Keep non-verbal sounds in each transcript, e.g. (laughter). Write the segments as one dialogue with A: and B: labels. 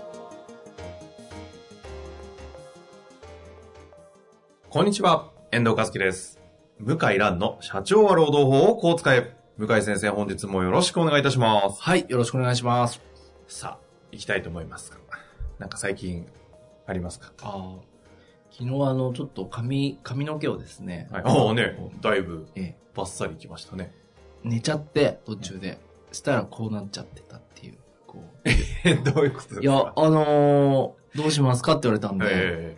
A: こんにちは、遠藤和樹です。向井蘭の社長は労働法をこう使え。向井先生、本日もよろしくお願いいたします。
B: はい、よろしくお願いします。
A: さあ、行きたいと思いますが。なんか最近、ありますか
B: あー昨日あの、ちょっと髪、髪の毛をですね、
A: はい。ああね、だいぶ、
B: ええ
A: バッサリ来ましたね。
B: 寝ちゃって、途中で、したらこうなっちゃってたっていう、こう。
A: え、どういうことですか
B: いや、あのーどうしますかって言われたんで、
A: え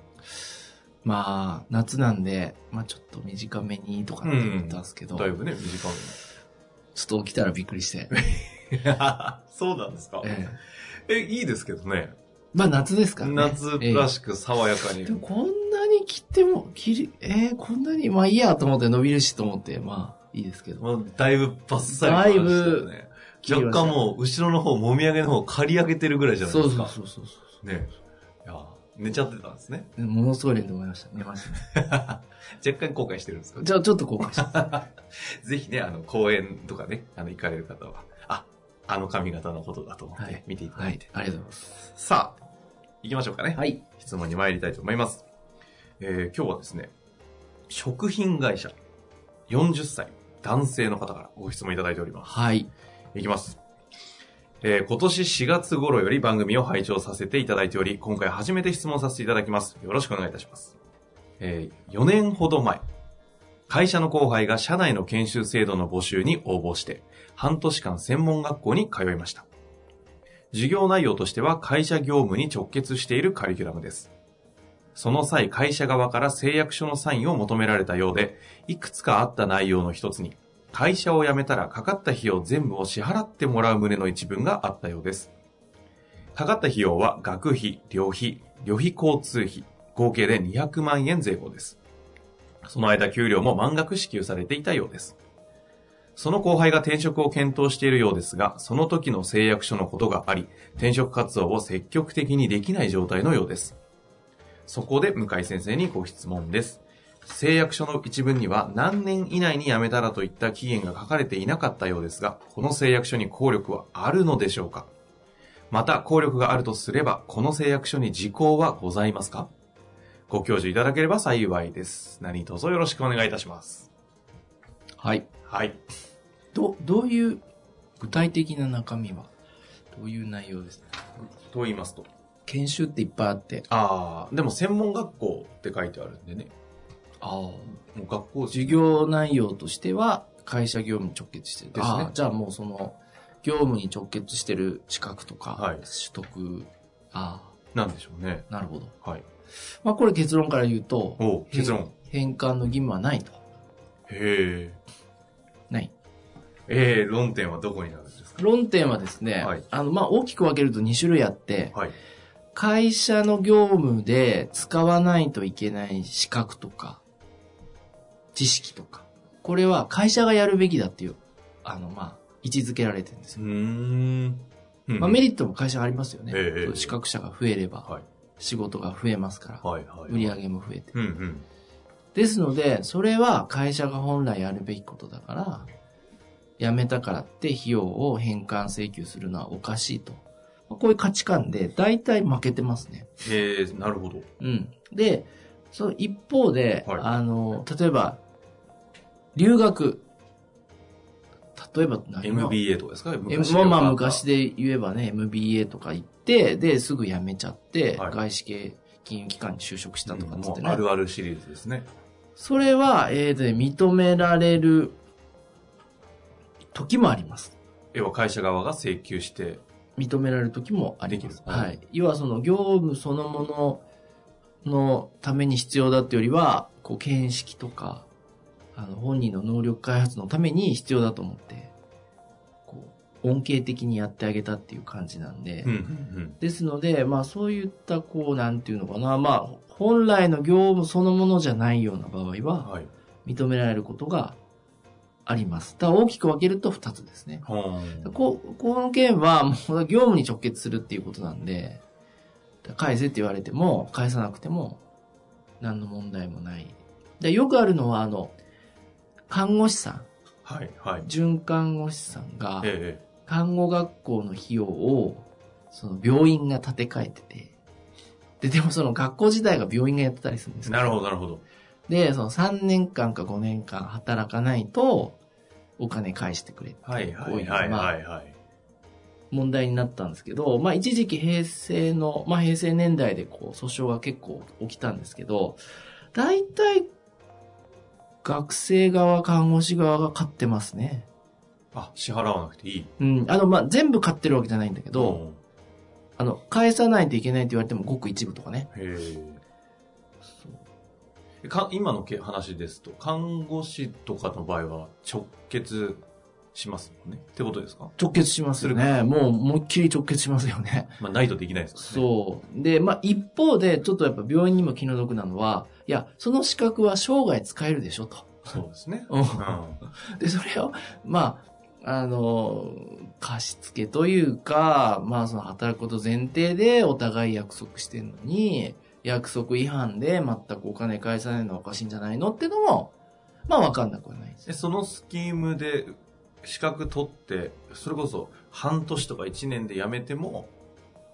B: まあ、夏なんで、まあちょっと短めにとかって言ったんですけ
A: え
B: ど、
A: だい
B: ちょ
A: ぶね、短い。
B: っと起きたらびっくりして、
A: (laughs) そうなんですか
B: ええ
A: え、いいですけどね。
B: まあ夏ですからね。
A: 夏
B: ええ
A: らしく爽やかに。
B: でもこんなに切っても、切り、えー、こんなに、まあいいやと思って伸びるしと思って、まあいいですけど。
A: まあ、だいぶバッサリ来ましたよね。
B: だいぶ
A: 若干もう、後ろの方、もみあげの方、刈り上げてるぐらいじゃない
B: そ
A: で
B: う
A: す
B: そう
A: か。
B: そうそうそう。
A: ねいや寝ちゃってたんですね。 (laughs)
B: ものすごい連動思いました。寝ました。
A: 若干後悔してるんですけど、
B: じゃあちょっと後悔した。
A: ぜひね、あの、公演とかね、あの、行かれる方は、あ、あの髪型のことだと思っ
B: は
A: て
B: い
A: 見ていただ
B: はいい
A: て。、
B: ありがとうございます。
A: さあ、行きましょうかね。
B: はい。
A: 質問に参りたいと思います。えー今日はですね、食品会社、40歳、男性の方からご質問いただいております。
B: はい。
A: いきます。えー今年4月頃より番組を拝聴させていただいており、今回初めて質問させていただきます。よろしくお願いいたします。え4年ほど前、会社の後輩が社内の研修制度の募集に応募して、半年間専門学校に通いました。授業内容としては会社業務に直結しているカリキュラムです。その際、会社側から誓約書のサインを求められたようで、いくつかあった内容の一つに、会社を辞めたらかかった費用全部を支払ってもらう旨の一文があったようです。かかった費用は学費、旅費、旅費交通費、合計で200万円税後です。その間給料も満額支給されていたようです。その後輩が転職を検討しているようですが、その時の誓約書のことがあり、転職活動を積極的にできない状態のようです。そこで向井先生にご質問です。誓約書の一文には何年以内に辞めたらといった期限が書かれていなかったようですが、この誓約書に効力はあるのでしょうかまた、効力があるとすれば、この誓約書に時効はございますかご教授いただければ幸いです。何卒よろしくお願いいたします。
B: はい。
A: はい。
B: ど、どういう、具体的な中身は、どういう内容ですか
A: と言いますと。
B: 研修っていっぱいあって、
A: ああ、でも専門学校って書いてあるんでね。
B: あ
A: もう学校
B: 授業内容としては、会社業務に直結してる。
A: ですね
B: あーじゃあもうその、業務に直結してる資格とか、
A: はい
B: 取得、あ
A: なんでしょうね。
B: あ、なるほど。
A: はい。
B: まあこれ結論から言うと、
A: おう結論。
B: 返還の義務はないと。
A: へえ。
B: ない。
A: ええ論点はどこになるんですか
B: 論点はですね、
A: はい
B: あの、まあ、大きく分けると2種類あって、
A: はい。
B: 会社の業務で使わないといけない資格とか、知識とか、これは会社がやるべきだっていう、あの、まあ、位置づけられてるんです
A: う
B: よ。
A: ーん。うん
B: まあ、メリットも会社ありますよね。
A: ええ
B: そう資格者が増えれば、
A: はい。
B: 仕事が増えますから、
A: はいはい。
B: 売り上げも増えて。
A: うんうん。
B: ですので、それは会社が本来やるべきことだから、辞めたからって費用を返還請求するのはおかしいと。まあこういう価値観で、大体負けてますね。
A: へえ、なるほど。
B: うん。で、その一方で、
A: はい
B: あの、例えば、留学。例えば何を、
A: MBA とかですか
B: え
A: 昔
B: まあまあ
A: よくった
B: 昔で言えばね、MBA とか行って、で、すぐ辞めちゃって、
A: はい
B: 外資系金融機関に就職したとかっつって
A: もうあ
B: ね。
A: るあるシリーズですね。
B: それは、えーとね認められる時もあります。
A: 要は会社側が請求して、
B: 認められる時もあります。
A: できる
B: はい。要はその業務そのもののために必要だっていうよりは、こう、見識とか、あの、本人の能力開発のために必要だと思って、こう、恩恵的にやってあげたっていう感じなんで、
A: うんうん
B: ですので、まあそういったこう、なんていうのかな、まあ本来の業務そのものじゃないような場合
A: うん。
B: は
A: はい。
B: 認められることがあります。ただ大きく分けると2つですね。
A: はー
B: ここの件はもう業務に直結するっていうことなんで、返せって言われても、返さなくても、何の問題もない。でよくあるのは、あの、看護師さん、
A: はい。はい。
B: 准看護師さんが、
A: え
B: 看護学校の費用を、その病院が建て替えてて、で、でもその学校自体が病院がやってたりするんで
A: え。
B: す
A: なるほ
B: ど。
A: ど、なるほど。
B: で、その3年間か5年間働かないと、お金返してくれっていう
A: はい、は
B: こう
A: い、
B: う
A: はい、
B: まあ
A: はい。はい
B: 問題になったんですけど、まあ一時期平成の、まあ平成年代でこう訴訟が結構起きたんですけど、大体学生側、看護師側が勝ってますね。
A: あ、支払わなくていい。
B: うん。あの、まあ全部勝ってるわけじゃないんだけど、あの、返さないといけないって言われてもごく一部とかね。
A: うん。へえ。か今のけ話ですと、看護師とかの場合は直結しますもんね。ってことですか
B: 直結しますよね。もう思いっきり直結しますよね。
A: まあ、ないとできないですからね。
B: そう。で、まあ一方で、ちょっとやっぱ病院にも気の毒なのは、いや、その資格は生涯使えるでしょ、と。 (laughs)
A: そうですね。
B: うん
A: うん。
B: で、それを、まあ、あの、貸し付けというか、まあ、その働くこと前提でお互い約束してんのに、約束違反で全くお金返さないのはおかしいんじゃないのってのも、まあ、わかんなくはないです。
A: え、そのスキームで資格取って、それこそ半年とか1年で辞めても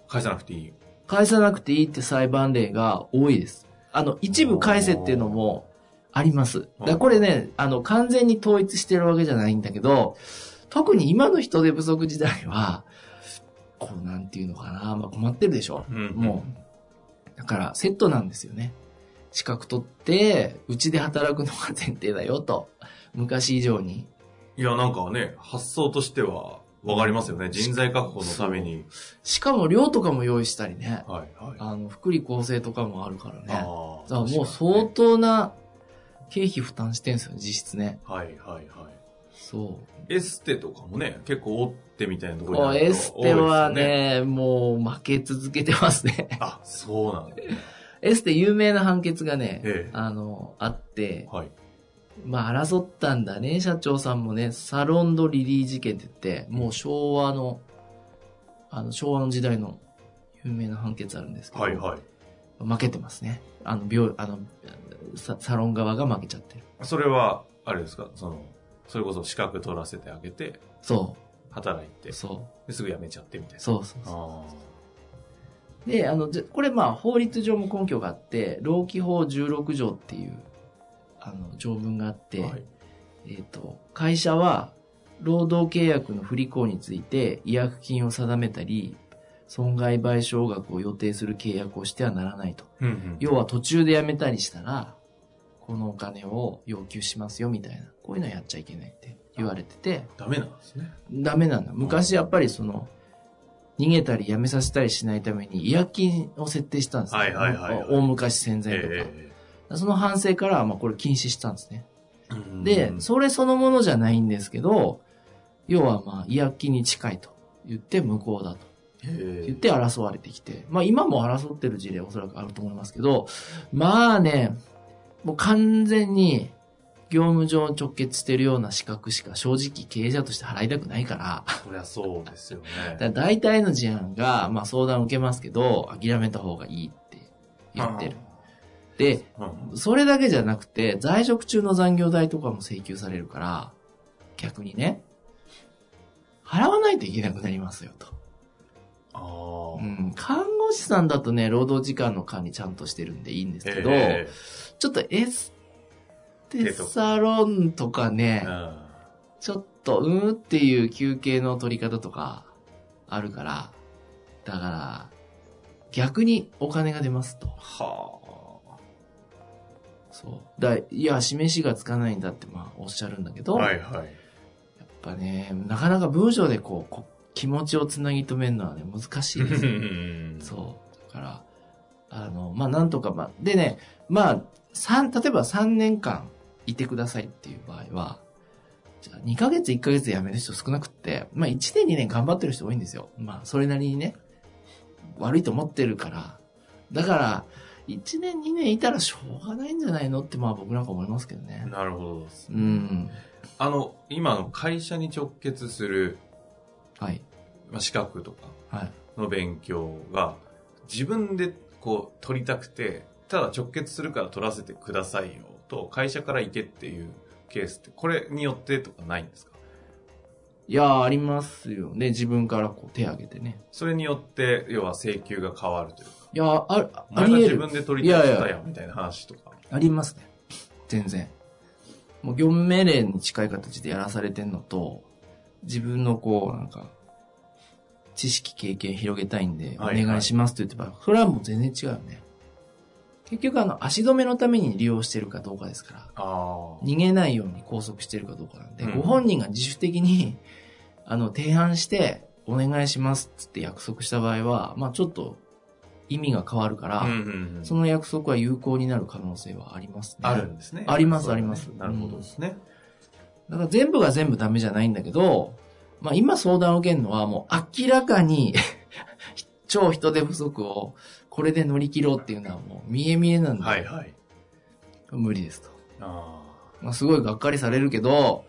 A: 返さなくていい。
B: 返さなくていいって裁判例が多いです。あの、一部返せっていうのもあります。だからこれね、あの、完全に統一してるわけじゃないんだけど、特に今の人手不足時代は、こうなんていうのかな、まあ困ってるでしょ。
A: うん
B: もう、だからセットなんですよね。資格取って、うちで働くのが前提だよと。昔以上に。
A: いや、なんかね、発想としてはわかりますよね。人材確保のために。
B: しかも寮とかも用意したりね。
A: はい、はい。
B: あの、福利厚生とかもあるからね。だか
A: あ
B: らもう相
A: そう
B: 当な経費負担してんすよ、実質ね。
A: はい、はい、はい。
B: そ
A: エステとかもね、結構大手みたいなと
B: う。
A: ころにな
B: エ
A: る
B: ス
A: と多いです
B: テ
A: よ
B: は。ね、もう負け続けてますね。 (laughs)
A: あ、そうなんだ。
B: エステ有名な判決がね、
A: ええ
B: あの、あって、
A: はい。
B: まあ争ったんだね、社長さんもね、サロンドリリー事件って言って、もう昭和の、あの、昭和の時代の有名な判決あるんですけど、
A: はい、はい。
B: 負けてますね。あの、病、あの、ササロン側が負けちゃってる。
A: それは、あれですか、その、それこそ資格取らせてあげて、
B: そ
A: 働いて
B: う、、そう、
A: ですぐ辞めちゃってみたいな。
B: そうそうそう。
A: あ
B: で、あの、じゃこれまあ法律上も根拠があって、労基法16条っていう、あの、条文があって、
A: ーはい。
B: えっ、と、会社は、労働契約の不履行について、違約金を定めたり、損害賠償額を予定する契約をしてはならないと。
A: うんうん
B: 要は途中で辞めたりしたら、このお金を要求しますよみたいな。こういうのはやっちゃいけないって言われてて、
A: ダメなんですね。
B: ダメなんだ。昔やっぱりその、逃げたり辞めさせたりしないために違約金を設定したんですね
A: はいはいはいはい
B: 大昔戦前とか。
A: え
B: その反省から、まあこれ禁止したんですね。
A: えうん
B: で、それそのものじゃないんですけど、要はまあ、違約金に近いと言って無効だと
A: え
B: 言って争われてきて、まあ今も争ってる事例おそらくあると思いますけど、まあね、もう完全に業務上直結してるような資格しか正直経営者として払いたくないから、
A: えそりゃそうですよね。
B: だから大体の事案が、まあ相談を受けますけど、諦めた方がいいって言ってる。で、
A: あー。うん
B: それだけじゃなくて、在職中の残業代とかも請求されるから、逆にね、払わないといけなくなりますよと。
A: あ
B: う
A: ー。
B: ん、看護師さんだとね、労働時間の管理ちゃんとしてるんでいいんですけど、
A: え
B: ちょっとエス
A: 手
B: テ
A: とか
B: サロンとかね
A: え、うん
B: ちょっと、うーんっていう休憩の取り方とか、あるから、だから、逆にお金が出ますと。
A: はあ。
B: そう。だいや、示しがつかないんだって、まあ、おっしゃるんだけど、
A: はいはい。
B: やっぱね、なかなか文章でこう、こ気持ちをつなぎ止めるのはね、難しいで
A: (laughs)
B: すよ。 (laughs) そう。だから、あの、まあ、なんとか、まあ、でね、まあ、三、例えば3年間いてくださいっていう場合は、ちが、2ヶ月、1ヶ月で辞める人少なくって、まあ1年、2年頑張ってる人多いんですよ。まあそれなりにね、悪いと思ってるから。だから、1年、2年いたらしょうがないんじゃないのってまあ僕なんか思いますけどね。
A: (laughs) なるほどです。
B: うん。
A: あの、今の会社に直結する、
B: はい。
A: まあ、資格とか
B: はい。
A: の勉強が、自分でこう取りたくて、ただ直結するから取らせてくださいよと、会社から行けっていうケースって、これによってとかないんですか
B: いやー、ありますよね。自分からこう手挙げてね。
A: それによって、要は請求が変わるというか、
B: いやー、ある、
A: お
B: あ
A: 前が
B: り得
A: 自
B: る。
A: 分で取りたかったやんみたいな話とか。
B: ありますね。全然。もう業務命令に近い形でやらされてんのと、自分のこう、なんか、知識経験広げたいんで、お
A: はいはい
B: 願いしますと言ってば、それはもう全然違うよね。結局あの、足止めのために利用してるかどうかですから、
A: ああ。
B: 逃げないように拘束してるかどうかなんで、
A: うん
B: ご本人が自主的に、あの、提案して、お願いしますっつって約束した場合は、まあちょっと意味が変わるから、
A: うんうんうん
B: その約束は有効になる可能性はありますね。
A: あるんですね。
B: あります
A: そうだね
B: あります
A: なるほどですね。
B: だから全部が全部ダメじゃないんだけど、まあ今相談を受けるのはもう明らかに (laughs) 超人手不足をこれで乗り切ろうっていうのはもう見え見えなんで、
A: はいはい。
B: 無理ですと。
A: あ
B: まあすごいがっかりされるけど、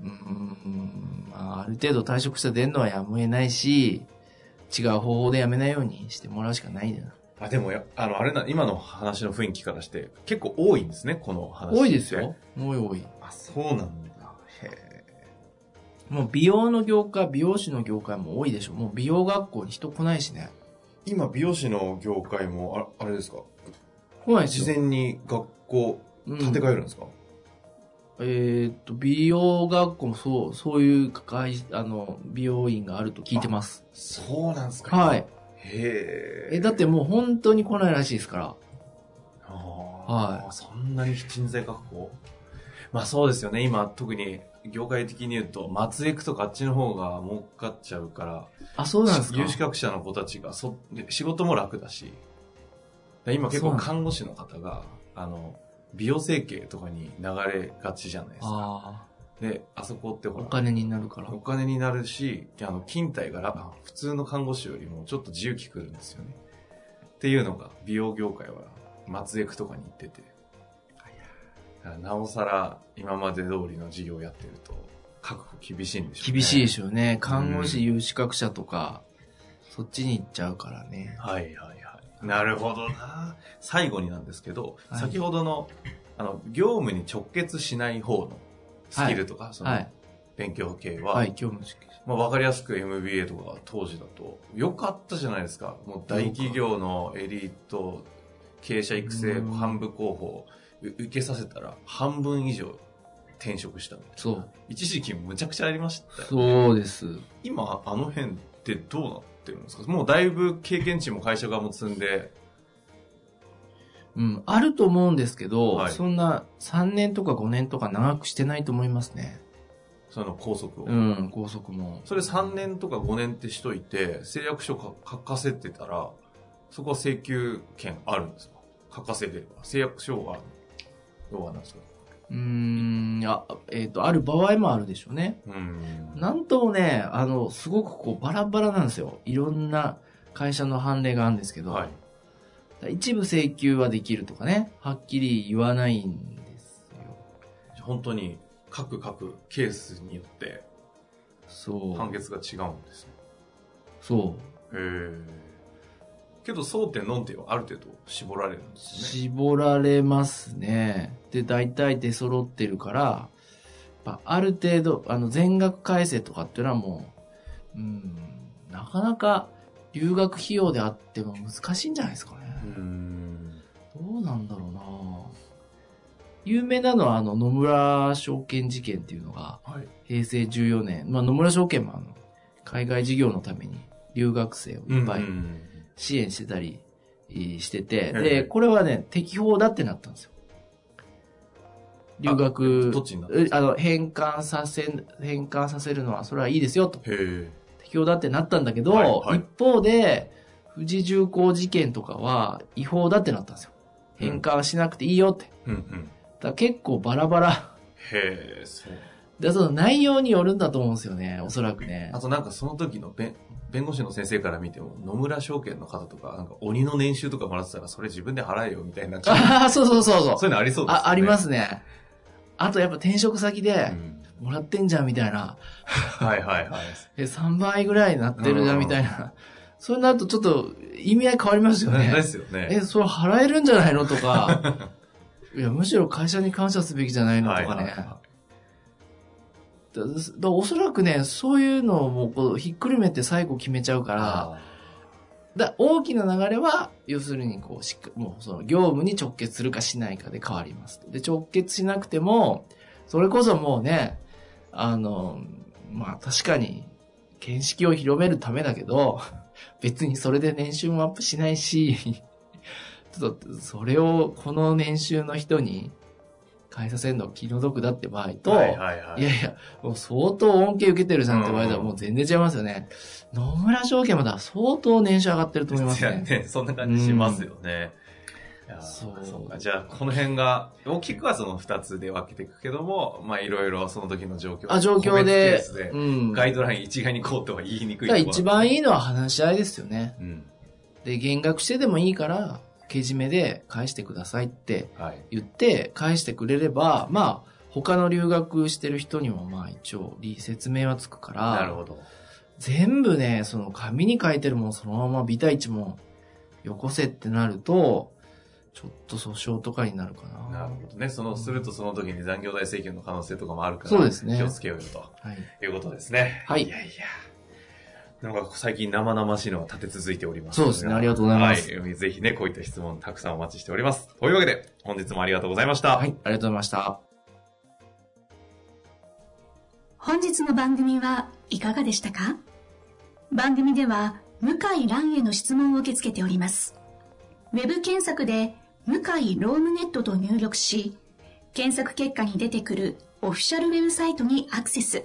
B: うーん、まあある程度退職して出るのはやむを得ないし、違う方法でやめないようにしてもらうしかないんだよ
A: ー
B: な。
A: あ。でもや、あの、あれな、今の話の雰囲気からして、結構多いんですね、この話。
B: 多いです。よ。多い多い。
A: あ、そうなんだ。へ
B: もう美容の業界、美容師の業界も多いでしょ。もう美容学校に人来ないしね。
A: ー今、美容師の業界も、ああれですか
B: 来ないし。
A: 事前に学校、建て替えるんですか、
B: えーっと、美容学校もそう、そういう会、あの、美容院があると聞いてます。
A: そうなんですか
B: はい。
A: へえ。
B: え、だってもう本当に来ないらしいですから。
A: は。
B: はい
A: そんなに人材確保まあそうですよね。今、特に業界的に言うと、松江区とかあっちの方が儲かっちゃうから、
B: あ、そうなんですか
A: 有資格者の子たちがそ、仕事も楽だし、で今結構看護師の方が、あの、美容整形とかに流れがちじゃないですか。
B: あ
A: で、あそこって
B: あ、
A: ほ
B: お
A: ら、
B: 金になるから
A: お。金になるし、あの、勤怠がら普通の看護師よりもちょっと自由気くるんですよね。っていうのが、美容業界は松江区とかに行ってて。だからなおさら、今まで通りの事業をやってると、確保厳しいんでしょうね。
B: 厳しいでしょうね。看護師、有資格者とか、そっちに行っちゃうからね。
A: はいはいはい。なるほどな。最後になんですけど、
B: はい
A: 先ほどの、あの、業務に直結しない方のスキルとか、そ
B: は
A: の
B: い。
A: 勉強系は、
B: はい、今日もし
A: まあ、わかりやすく MBA とか当時だと、良かったじゃないですか。もう大企業のエリート、経営者育成
B: うん
A: 幹部候補、う受けさせたら半分以上転職したみたいな。
B: そう。
A: 一時期むちゃくちゃありましたよ
B: そうです。
A: 今、あの辺ってどうなってるんですかもうだいぶ経験値も会社側も積んで、
B: うん、あると思うんですけど、
A: はい
B: そんな3年とか5年とか長くしてないと思いますね。
A: その拘束を。
B: うん、拘束も。
A: それ3年とか5年ってしといて、誓約書か書かせてたら、そこは請求権あるんですか書かせれば。誓約書は、要はなんですか
B: うーん、あ、えっ、と、ある場合もあるでしょうね。
A: うん。
B: なんともね、あの、すごくこう、バラバラなんですよ。いろんな会社の判例があるんですけど、
A: はい。
B: 一部請求はできるとかね、はっきり言わないんですよ。
A: 本当に、各各ケースによって
B: そ
A: 判
B: う。
A: 決が違うんですね。
B: そう。
A: へえ。けど、争点、論点はある程度絞られるんですよね。
B: 絞られますね。で、大体出揃ってるから、やっぱある程度、あの、全額返せとかっていうのはもう、うん、なかなか留学費用であっても難しいんじゃないですかね。
A: うん。
B: どうなんだろうな有名なのはあの野村証券事件っていうのが
A: はい。
B: 平成14年、まあ、野村証券もあの海外事業のために留学生をいっぱい
A: うん
B: 支援してたりえーして
A: え
B: て、
A: え
B: で、これはね、適法だってなったんですよ。留学、
A: どっちになったん
B: え
A: ですか
B: あの、返還させ、返還させるのはそれはいいですよと。
A: へえ。
B: 適用だってなったんだけど、
A: はいはい
B: 一方で、富士重工事件とかは違法だってなったんです
A: う
B: よ。
A: ん
B: 返還しなくていいよって。
A: うんうん。
B: だから結構バラバラ
A: へえ、そう。
B: で、その内容によるんだと思うんですよね、おそらくね
A: あ。となんかその時の弁弁護士の先生から見ても、野村証券の方とか、なんか鬼の年収とかもらってたら、それ自分で払えよみたいな、そう
B: ああ、そうそうそうそう。
A: いうのあり (laughs) そうですよね。。
B: あ、ありますすね。あとやっぱ転職
A: う
B: 先で、
A: ん、
B: もらってんじゃんみたいな。
A: はいはいはい。
B: え、3倍ぐらいなってるじゃ
A: うん
B: んみたいな。そうなるとちょっと意味合い変わりますよ
A: ねで
B: ね。
A: すよね。
B: え、それ払えるんじゃないのと
A: (laughs)
B: か。いや、むしろ会社に感謝すべきじゃないのとかね。
A: は
B: だだおそらくね、そういうのをもうこうひっくるめて最後決めちゃうから、
A: あ
B: だ大きな流れは、要するにこうしっかもうその業務に直結するかしないかで変わりますと。で、直結しなくても、それこそもうね、あの、まあ確かに、見識を広めるためだけど、別にそれで年収もアップしないし、 (laughs) ちょっとそれをこの年収の人に変えさせるの気の毒だって場合と、
A: はいはいはい
B: いやいや、もう相当恩恵受けてるじゃんって言われた
A: う
B: ら
A: んうん
B: もう全然違いますよね。野村証券まだ相当年収上がってると思います
A: いや
B: ね。
A: ね、そんな感じしますよね。いやー
B: そう
A: そうかじゃあ、この辺が、大きくはその二つで分けていくけども、まあ、いろいろその時の状況。
B: あ、状況
A: 個別ケー
B: で
A: ス。で
B: うん。
A: ガイドライン一概にこうとは言いにくいと
B: だから
A: ころ。
B: 一番いいのは話し合いですよね。
A: うん。
B: で、減額してでもいいから、けじめで返してくださいって
A: はい。
B: 言って返してくれれば、まあ、他の留学してる人にもまあ一応理説明はつくから、
A: なるほど。
B: 全部ね、その紙に書いてるもんそのままビタ一もよこせってなると、ちょっと訴訟とかになるかな。
A: なるほどね。その、するとその時に残業代請求の可能性とかもあるから、
B: そうですね
A: 気をつけようよと
B: はい。
A: いうことですね。
B: はい
A: いやいや。なんか最近生々しいのが立て続いております
B: そうですねありがとうございます
A: はい。ぜひね、こういった質問たくさんお待ちしております。というわけで、本日もありがとうございました。
B: はい、ありがとうございました。
C: 本日の番組はいかがでしたか番組では向井蘭への質問を受け付けております。ウェブ検索で向井ロームネットと入力し、検索結果に出てくるオフィシャルウェブサイトにアクセス。